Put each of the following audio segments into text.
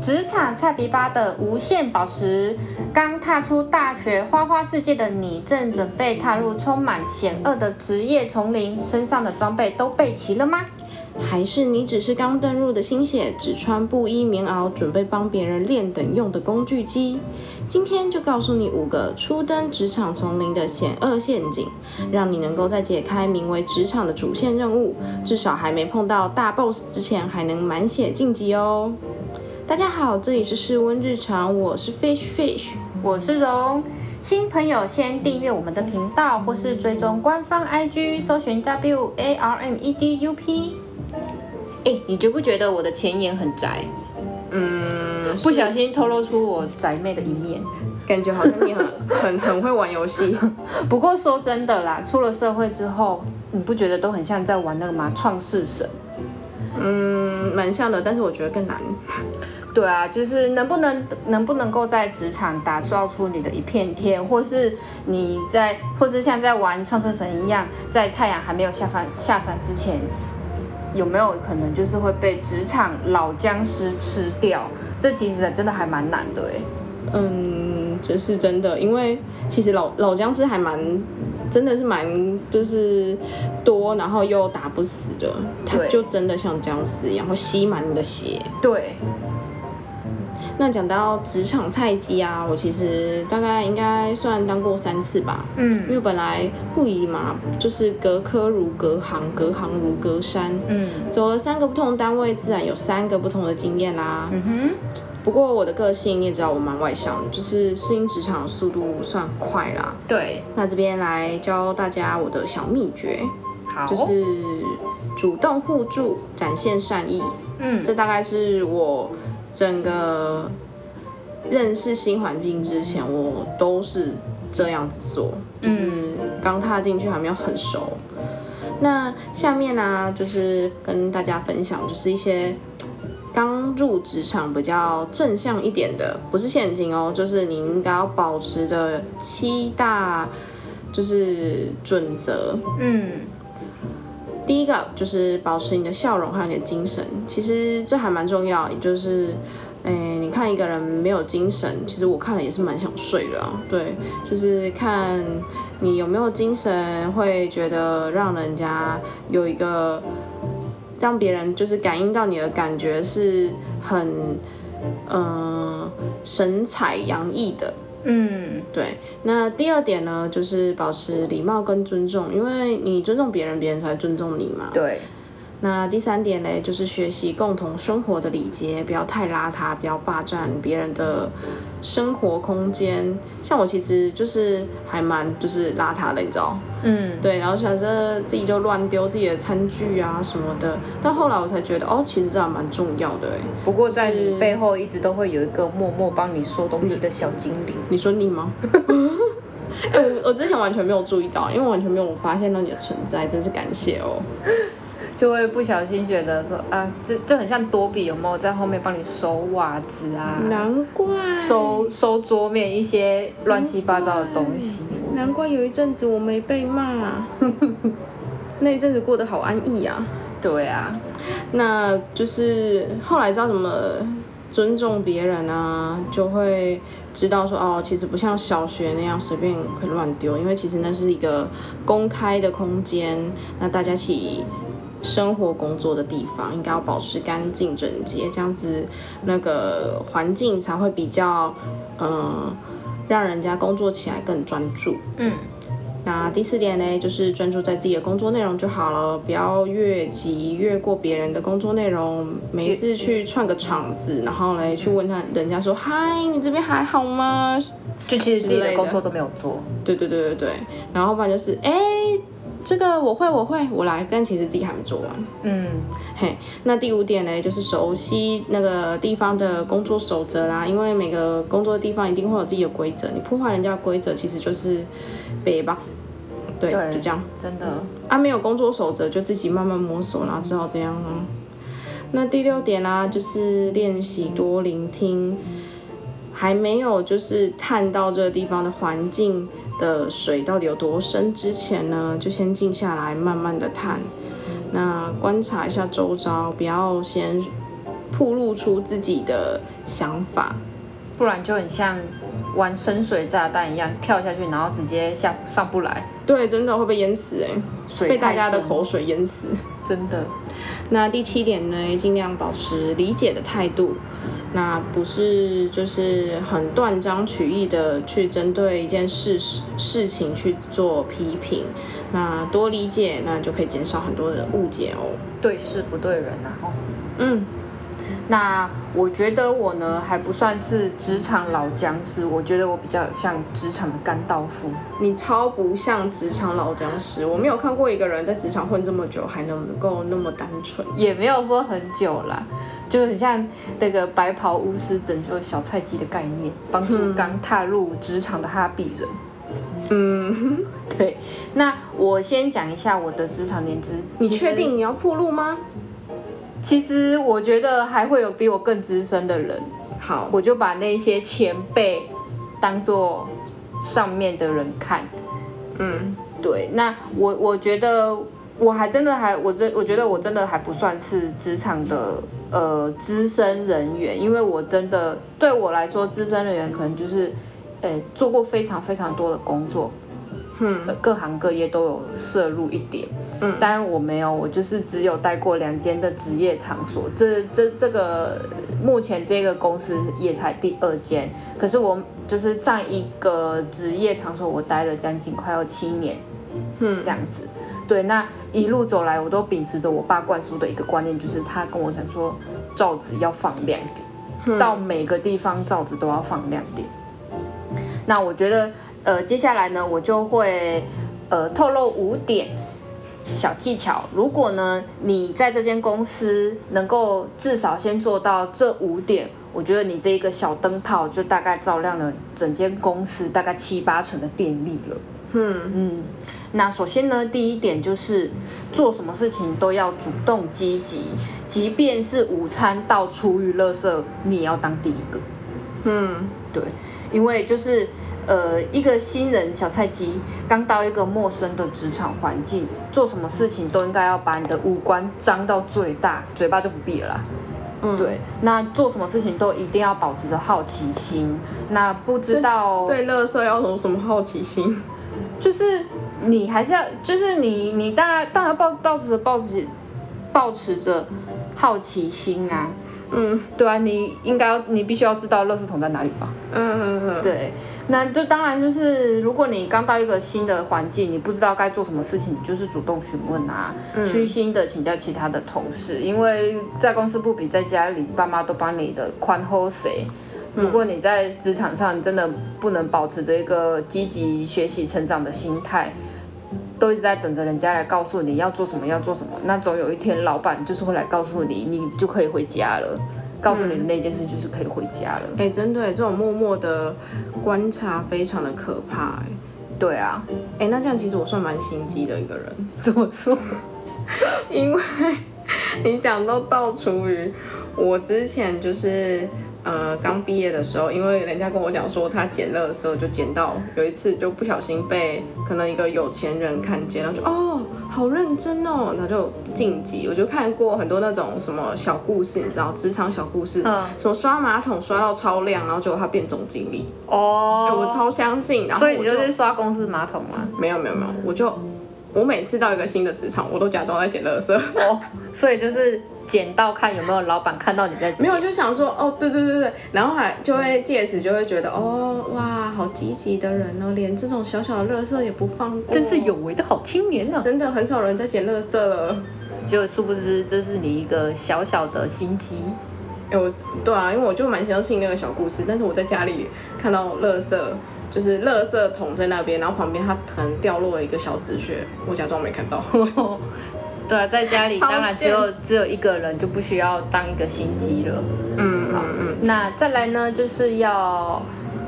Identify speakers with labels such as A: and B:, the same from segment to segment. A: 职场菜皮吧的无限宝石，刚踏出大学花花世界的你，正准备踏入充满险恶的职业丛林，身上的装备都备齐了吗？
B: 还是你只是刚登入的新血，只穿布衣棉袄，准备帮别人练等用的工具机？今天就告诉你五个初登职场丛林的险恶陷阱，让你能够在解开名为职场的主线任务，至少还没碰到大 boss 之前，还能满血晋级哦。大家好，这里是室温日常，我是 Fish Fish。
A: 我是荣。新朋友先订阅我们的频道，或是追踪官方 IG，搜寻 W A R M E D U P。
C: 哎、你觉不觉得我的前言很宅？
B: 嗯，
C: 不小心透露出我宅妹的一面。
B: 感觉好像你很 很很会玩游戏。
C: 不过说真的啦，出了社会之后，你不觉得都很像在玩那个吗？创世神。
B: 嗯，蛮像的，但是我觉得更难。
C: 对啊，就是能不能能不能够在职场打造出你的一片天，或是你在，或是像在玩创世神一样，在太阳还没有下凡下山之前，有没有可能就是会被职场老僵尸吃掉？这其实真的还蛮难的哎。
B: 嗯，这是真的，因为其实老老僵尸还蛮，真的是蛮就是多，然后又打不死的，它
C: 对
B: 就真的像僵尸一样会吸满你的血。
C: 对，
B: 那讲到职场菜鸡啊，我其实大概应该算当过三次吧，因
C: 嗯
B: 为本来护理嘛，就是隔科如隔行，隔行如隔山。
C: 嗯
B: 走了三个不同的单位，自然有三个不同的经验啦。
C: 嗯哼，
B: 不过我的个性你也知道，我蛮外向的，就是适应职场的速度算快啦。
C: 对，
B: 那这边来教大家我的小秘诀，
C: 好，
B: 就是主动互助，展现善意。
C: 嗯
B: 这大概是我整个认识新环境之前，我都是这样子做，就是刚踏进去还没有很熟。那下面呢、就是跟大家分享，就是一些刚入职场比较正向一点的，不是陷阱哦，就是你应该要保持的七大就是准则。
C: 嗯
B: 第一个就是保持你的笑容和你的精神，其实这还蛮重要。也就是，诶、哎你看一个人没有精神，其实我看了也是蛮想睡的啊。对，就是看你有没有精神，会觉得让人家有一个让别人就是感应到你的感觉是很，呃，神采洋溢的。
C: 嗯
B: 对，那第二点呢，就是保持礼貌跟尊重，因为你尊重别人，别人才尊重你嘛。
C: 对，
B: 那第三点嘞，就是学习共同生活的礼节，不要太邋遢，不要霸占别人的生活空间。像我其实就是还蛮就是邋遢的，你知道？
C: 嗯
B: 对，然后想着自己就乱丢自己的餐具啊什么的，但后来我才觉得哦，其实这还蛮重要的欸。
C: 不过在你背后一直都会有一个默默帮你收东西的小精灵。
B: 你说你吗？ 哎、我我之前完全没有注意到，因为完全没有发现到你的存在，真是感谢哦。
C: 就会不小心觉得说啊，这就很像多比有没有在后面帮你收袜子啊，
B: 难怪
C: 收收桌面一些乱七八糟的东西。
B: 难怪有一阵子我没被骂，啊 那一阵子过得好安逸啊。
C: 对啊，
B: 那就是后来知道怎么尊重别人啊，就会知道说哦，其实不像小学那样随便可以乱丢，因为其实那是一个公开的空间，那大家一起生活工作的地方，应该要保持干净整洁，这样子那个环境才会比较嗯、呃让人家工作起来更专注。
C: 嗯
B: 那第四点呢，就是专注在自己的工作内容就好了，不要越级越过别人的工作内容。每次去串个场子，然后嘞去问他人家说：“嗨，你这边还好吗
C: 就其实自己
B: 之
C: 的
B: 类的
C: 工作都没有做。？”
B: 对对对对对。然后不然就是哎。这个我会，我会，我来。但其实自己还没做完。
C: 嗯
B: 嘿，那第五点呢，就是熟悉那个地方的工作守则啦。因为每个工作的地方一定会有自己的规则，你破坏人家的规则，其实就是北吧。对，
C: 对
B: 就这样。
C: 真的，
B: 啊，没有工作守则，就自己慢慢摸索，然后只好这样啊。那第六点啦、就是练习多聆听，还没有就是探到这个地方的环境的水到底有多深之前呢，就先静下来，慢慢的探，那观察一下周遭，不要先曝露出自己的想法。
C: 不然就很像玩深水炸弹一样跳下去，然后直接下上不来，
B: 对，真的会被淹死哎、
C: 水
B: 被大
C: 太
B: 家的
C: 深
B: 口水淹死。
C: 真的
B: 那第七点呢，尽量保持理解的态度，那不是就是很断章取义的去针对一件事事事情去做批评，那多理解，那就可以减少很多的误解哦。
C: 对事不对人啊。哦
B: 嗯，
C: 那我觉得我呢还不算是职场老僵尸，我觉得我比较像职场的甘道夫。
B: 你超不像职场老僵尸，我没有看过一个人在职场混这么久还能够那么单纯。
C: 也没有说很久啦，就很像那个白袍巫师拯救小菜鸡的概念，帮助
B: 嗯
C: 刚踏入职场的哈比人。嗯， 对。那我先讲一下我的职场年资。
B: 你
C: 其实
B: 确定你要铺路吗？
C: 其实我觉得还会有比我更资深的人，
B: 好，
C: 我就把那些前辈当做上面的人看。
B: 嗯，
C: 对，那我我觉得我还真的还我真我觉得我真的还不算是职场的呃资深人员，因为我真的对我来说，资深人员可能就是呃做过非常非常多的工作，
B: 嗯
C: 呃各行各业都有涉入一点，
B: 嗯
C: 但我没有，我就是只有待过两间的职业场所，这这这个目前这个公司也才第二间，可是我就是上一个职业场所我待了将近快要七年，
B: 嗯
C: 这样子，对，那一路走来我都秉持着我爸灌输的一个观念，就是他跟我讲说罩子要放亮点，
B: 嗯
C: 到每个地方罩子都要放亮点。那我觉得，呃，接下来呢，我就会呃透露五点小技巧。如果呢，你在这间公司能够至少先做到这五点，我觉得你这一个小灯泡就大概照亮了整间公司大概七八成的电力了。
B: 嗯
C: 嗯，那首先呢，第一点就是做什么事情都要主动积极，即便是午餐到厨余垃圾，你也要当第一个。
B: 嗯，
C: 对，因为就是呃，一个新人小菜鸡刚到一个陌生的职场环境，做什么事情都应该要把你的五官张到最大，嘴巴就不闭了啦。
B: 嗯
C: 对，那做什么事情都一定要保持着好奇心。那不知道
B: 对，乐色要有什么好奇心？
C: 就是你还是要，就是你你当然当然抱抱持着抱持抱持着好奇心啊，
B: 嗯
C: 对啊，你应该要你必须要知道垃圾桶在哪里吧？
B: 嗯嗯嗯，
C: 对，那就当然就是，如果你刚到一个新的环境，你不知道该做什么事情，你就是主动询问啊，虚心的请教其他的同事，因为在公司不比在家里，爸妈都帮你的宽厚谁。如果你在职场上真的不能保持着一个积极学习成长的心态，都一直在等着人家来告诉你要做什么要做什么，那总有一天老板就是会来告诉你，你就可以回家了，告诉你的那件事就是可以回家了。
B: 哎、真的耶，这种默默的观察非常的可怕耶。
C: 对啊，
B: 哎、那这样其实我算蛮心机的一个人，
C: 怎么说？
B: 因为你讲到倒厨余，我之前就是呃刚毕业的时候，因为人家跟我讲说他捡垃圾就捡到，有一次就不小心被可能一个有钱人看见，然后就哦好认真哦，然后就晋级。我就看过很多那种什么小故事，你知道职场小故事，
C: 嗯
B: 什么刷马桶刷到超亮，然后结果他变总经理，哎
C: 哦、
B: 我超相信。然后
C: 所以
B: 我
C: 你就是刷公司马桶嘛？
B: 没有没有没有，我就我每次到一个新的职场，我都假装在捡垃圾。
C: 哦，所以就是捡到看有没有老板看到你在捡
B: 没有，就想说哦，对对对对，然后还就会借此就会觉得哦，哇，好积极的人哦，连这种小小的垃圾也不放过，
C: 真是有，为的好青年呢、
B: 真的很少人在捡垃圾了。
C: 结果殊不知这是你一个小小的心机。
B: 哎，我对啊，因为我就蛮相信那个小故事，但是我在家里看到垃圾，就是垃圾桶在那边，然后旁边它可能掉落了一个小纸屑，我假装没看 到。
C: 对啊，在家里
B: 超
C: 当然只
B: 贱
C: 有只有一个人，就不需要当一个心机了。
B: 嗯嗯嗯，
C: 那再来呢，就是要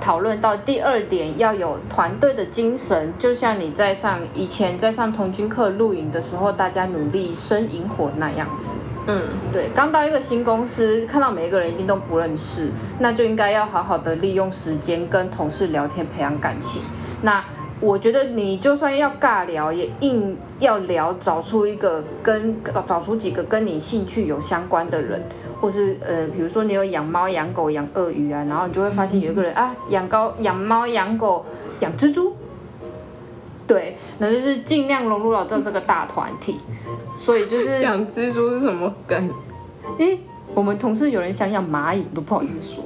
C: 讨论到第二点，要有团队的精神。就像你在上以前在上童军课露营的时候，大家努力生营火那样子。
B: 嗯，
C: 对，刚到一个新公司，看到每一个人一定都不认识，那就应该要好好的利用时间跟同事聊天，培养感情。那我觉得你就算要尬聊，也硬要聊，找出一个跟找出几个跟你兴趣有相关的人，或是呃，比如说你有养猫、养狗、养鳄鱼啊，然后你就会发现有一个人啊，养高、养猫、养狗、养蜘蛛，对，那就是尽量融入到这个大团体。所以就是，
B: 养蜘蛛是什么梗？
C: 诶、我们同事有人想养蚂蚁，我都不好意思说。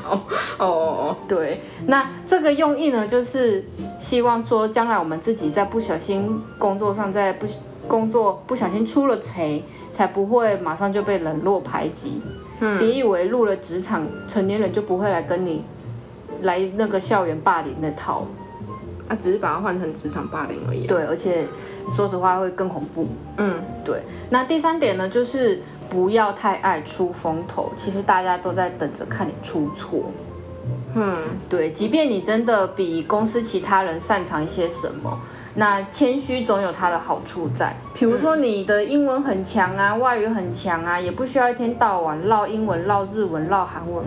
B: 哦哦
C: 对，那这个用意呢，就是希望说，将来我们自己在不小心工作上，在不工作不小心出了贼，才不会马上就被冷落排挤。嗯，别以为入了职场，成年人就不会来跟你来那个校园霸凌那套。
B: 哦，啊，只是把它换成职场霸凌而已啊。
C: 对，而且说实话会更恐怖。
B: 嗯，
C: 对，那第三点呢，就是不要太爱出风头。其实大家都在等着看你出错。
B: 嗯，
C: 对，即便你真的比公司其他人擅长一些什么，那谦虚总有它的好处在。比如
B: 嗯
C: 说你的英文很强啊，外语很强啊，也不需要一天到晚唠英文、唠日文、唠韩文，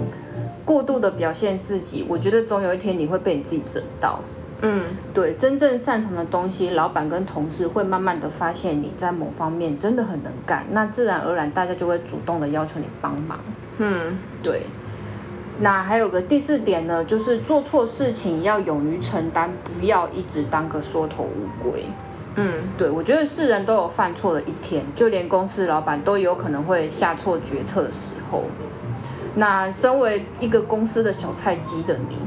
C: 过度的表现自己。我觉得总有一天你会被你自己整到。
B: 嗯，
C: 对，真正擅长的东西，老板跟同事会慢慢的发现你在某方面真的很能干，那自然而然大家就会主动的要求你帮忙。
B: 嗯，
C: 对，那还有个第四点呢，就是做错事情要勇于承担，不要一直当个缩头乌龟。
B: 嗯，
C: 对我觉得世人都有犯错的一天，就连公司老板都有可能会下错决策的时候。那身为一个公司的小菜鸡的你，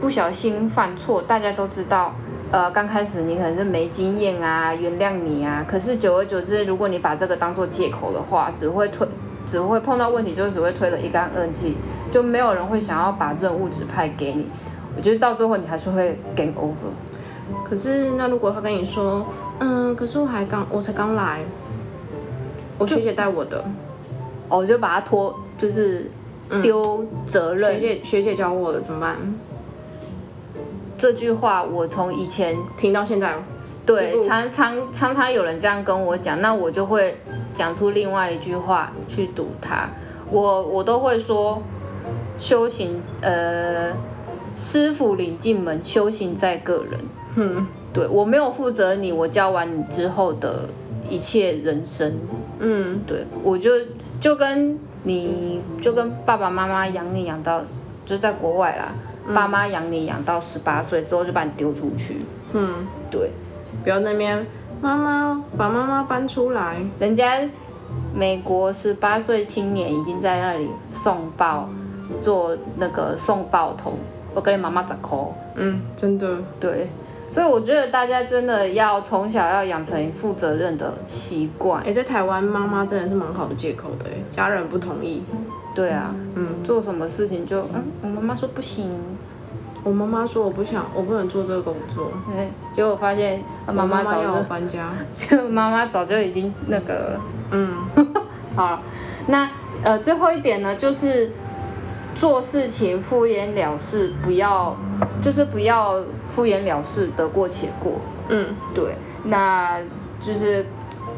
C: 不小心犯错，大家都知道。呃，刚开始你可能是没经验啊，原谅你啊。可是久而久之，如果你把这个当做借口的话，只会推，只会碰到问题，就只会推得一干二净，就没有人会想要把任务指派给你。我觉得到最后你还是会 game over。
B: 可是那如果他跟你说，嗯，可是我还刚，我才刚来，我学姐带我的，
C: 哦，就把它拖，就是丢责任。
B: 学姐学姐教我的，怎么办？
C: 这句话我从以前
B: 听到现在，哦
C: 对
B: 是不
C: 常常常常有人这样跟我讲，那我就会讲出另外一句话去堵他。我我都会说，修行呃，师傅领进门，修行在个人。
B: 嗯
C: 对我没有负责你，我教完你之后的一切人生，
B: 嗯
C: 对我就就跟你就跟爸爸妈妈养你养到就在国外啦，爸妈养你养到十八岁之后就把你丢出去，
B: 嗯，
C: 对，
B: 不要那边妈妈把妈妈搬出来，
C: 人家美国十八岁青年已经在那里送报做那个送报童，我跟你妈妈咋抠？
B: 嗯，真的，
C: 对，所以我觉得大家真的要从小要养成负责任的习惯
B: 哎、。在台湾妈妈真的是蛮好的借口的，哎家人不同意，
C: 对啊，
B: 嗯，
C: 做什么事情就嗯，我妈妈说不行，
B: 我妈妈说我不想，我不能做这个工作，
C: 对，结果发现啊妈妈
B: 我妈
C: 早
B: 要我
C: 就，
B: 搬家，
C: 就妈妈早就已经那个了。
B: 嗯
C: 好，那呃最后一点呢，就是做事情敷衍了事，不要就是不要敷衍了事，得过且过。
B: 嗯，
C: 对，那就是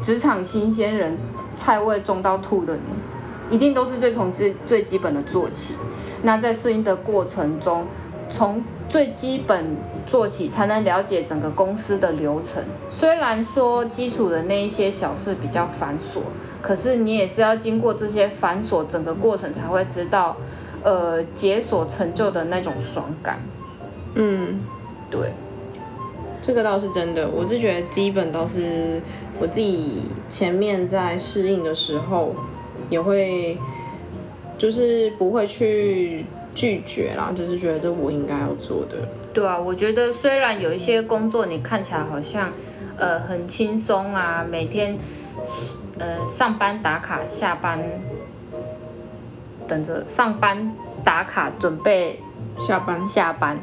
C: 职场新鲜人，菜味重到吐的你，一定都是最从最最基本的做起。那在适应的过程中，从最基本做起，才能了解整个公司的流程。虽然说基础的那一些小事比较繁琐，可是你也是要经过这些繁琐整个过程，才会知道，呃，解锁成就的那种爽感。
B: 嗯。
C: 对，
B: 这个倒是真的，我是觉得基本倒是我自己前面在适应的时候，也会就是不会去拒绝啦，就是觉得这我应该要做的。
C: 对啊，我觉得虽然有一些工作你看起来好像，呃，很轻松啊，每天，呃，上班打卡，下班，等着上班打卡，准备
B: 下班，
C: 下班，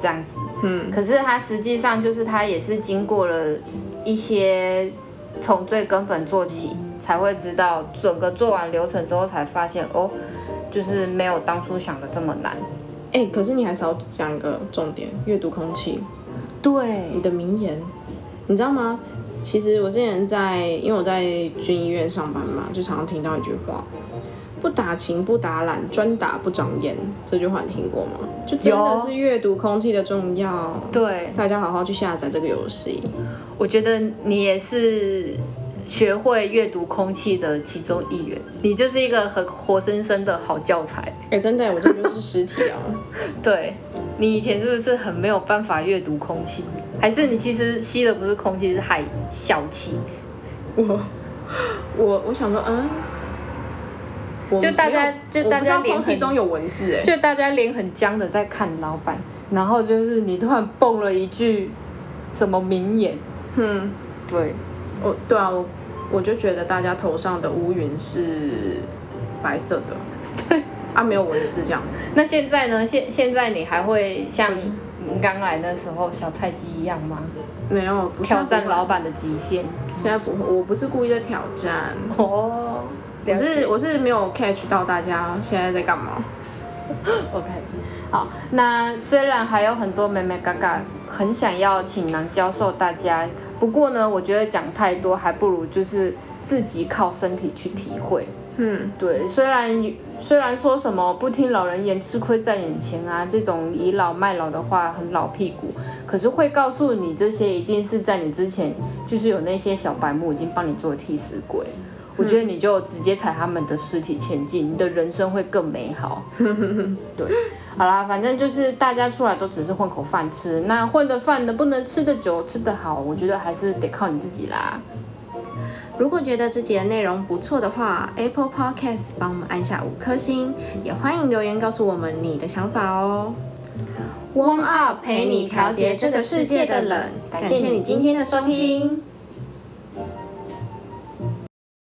C: 这样子。
B: 嗯
C: 可是它实际上就是它也是经过了一些从最根本做起，才会知道整个做完流程之后才发现哦，就是没有当初想的这么难。
B: 哎、可是你还少讲一个重点，阅读空气，
C: 对
B: 你的名言，你知道吗？其实我之前在，因为我在军医院上班嘛，就常常听到一句话。不打勤不打懒，专打不长眼。这句话你听过吗？就真的
C: 有
B: 是阅读空气的重要。
C: 对，
B: 大家好好去下载这个游戏。
C: 我觉得你也是学会阅读空气的其中一员。你就是一个很活生生的好教材。
B: 哎、真的，我这就是尸 体啊！
C: 对你以前是不是很没有办法阅读空气？还是你其实吸的不是空气，是海小气？
B: 我我我想说，嗯，我
C: 就大家
B: 没有
C: 就
B: 我不
C: 大家
B: 知道空
C: 连
B: 气
C: 很
B: 中有文字哎，
C: 就大家脸很僵的在看老板，然后就是你突然蹦了一句什么名言，
B: 嗯，
C: 对，
B: 我对啊，我我就觉得大家头上的乌云是白色的， 对啊，没有文字这样，
C: 那现在呢？现现在你还会像你刚来的时候小菜鸡一样吗？
B: 没有不是啊
C: 挑战
B: 不会
C: 老板的极限？
B: 现在不会，我不是故意在挑战，
C: 哦，
B: 我
C: 了
B: 是
C: 解。
B: 我是没有 catch 到大家现在在干嘛。
C: OK。好，那虽然还有很多美美嘎嘎，很想要请南教授大家，不过呢，我觉得讲太多，还不如就是自己靠身体去体会。
B: 嗯，
C: 对，虽然虽然说什么不听老人言，吃亏在眼前啊，这种倚老卖老的话很老屁股，可是会告诉你这些，一定是在你之前就是有那些小白目已经帮你做替死鬼。我觉得你就直接踩他们的尸体前进，你的人生会更美好。对，好啦，反正就是大家出来都只是混口饭吃，那混的饭能不能吃得久、吃得好，我觉得还是得靠你自己啦。
B: 如果觉得这集的内容不错的话，Apple Podcast 帮我们按下五颗星，也欢迎留言告诉我们你的想法哦。Warm Up 陪你调节这个世界的冷，感谢你今天的收听。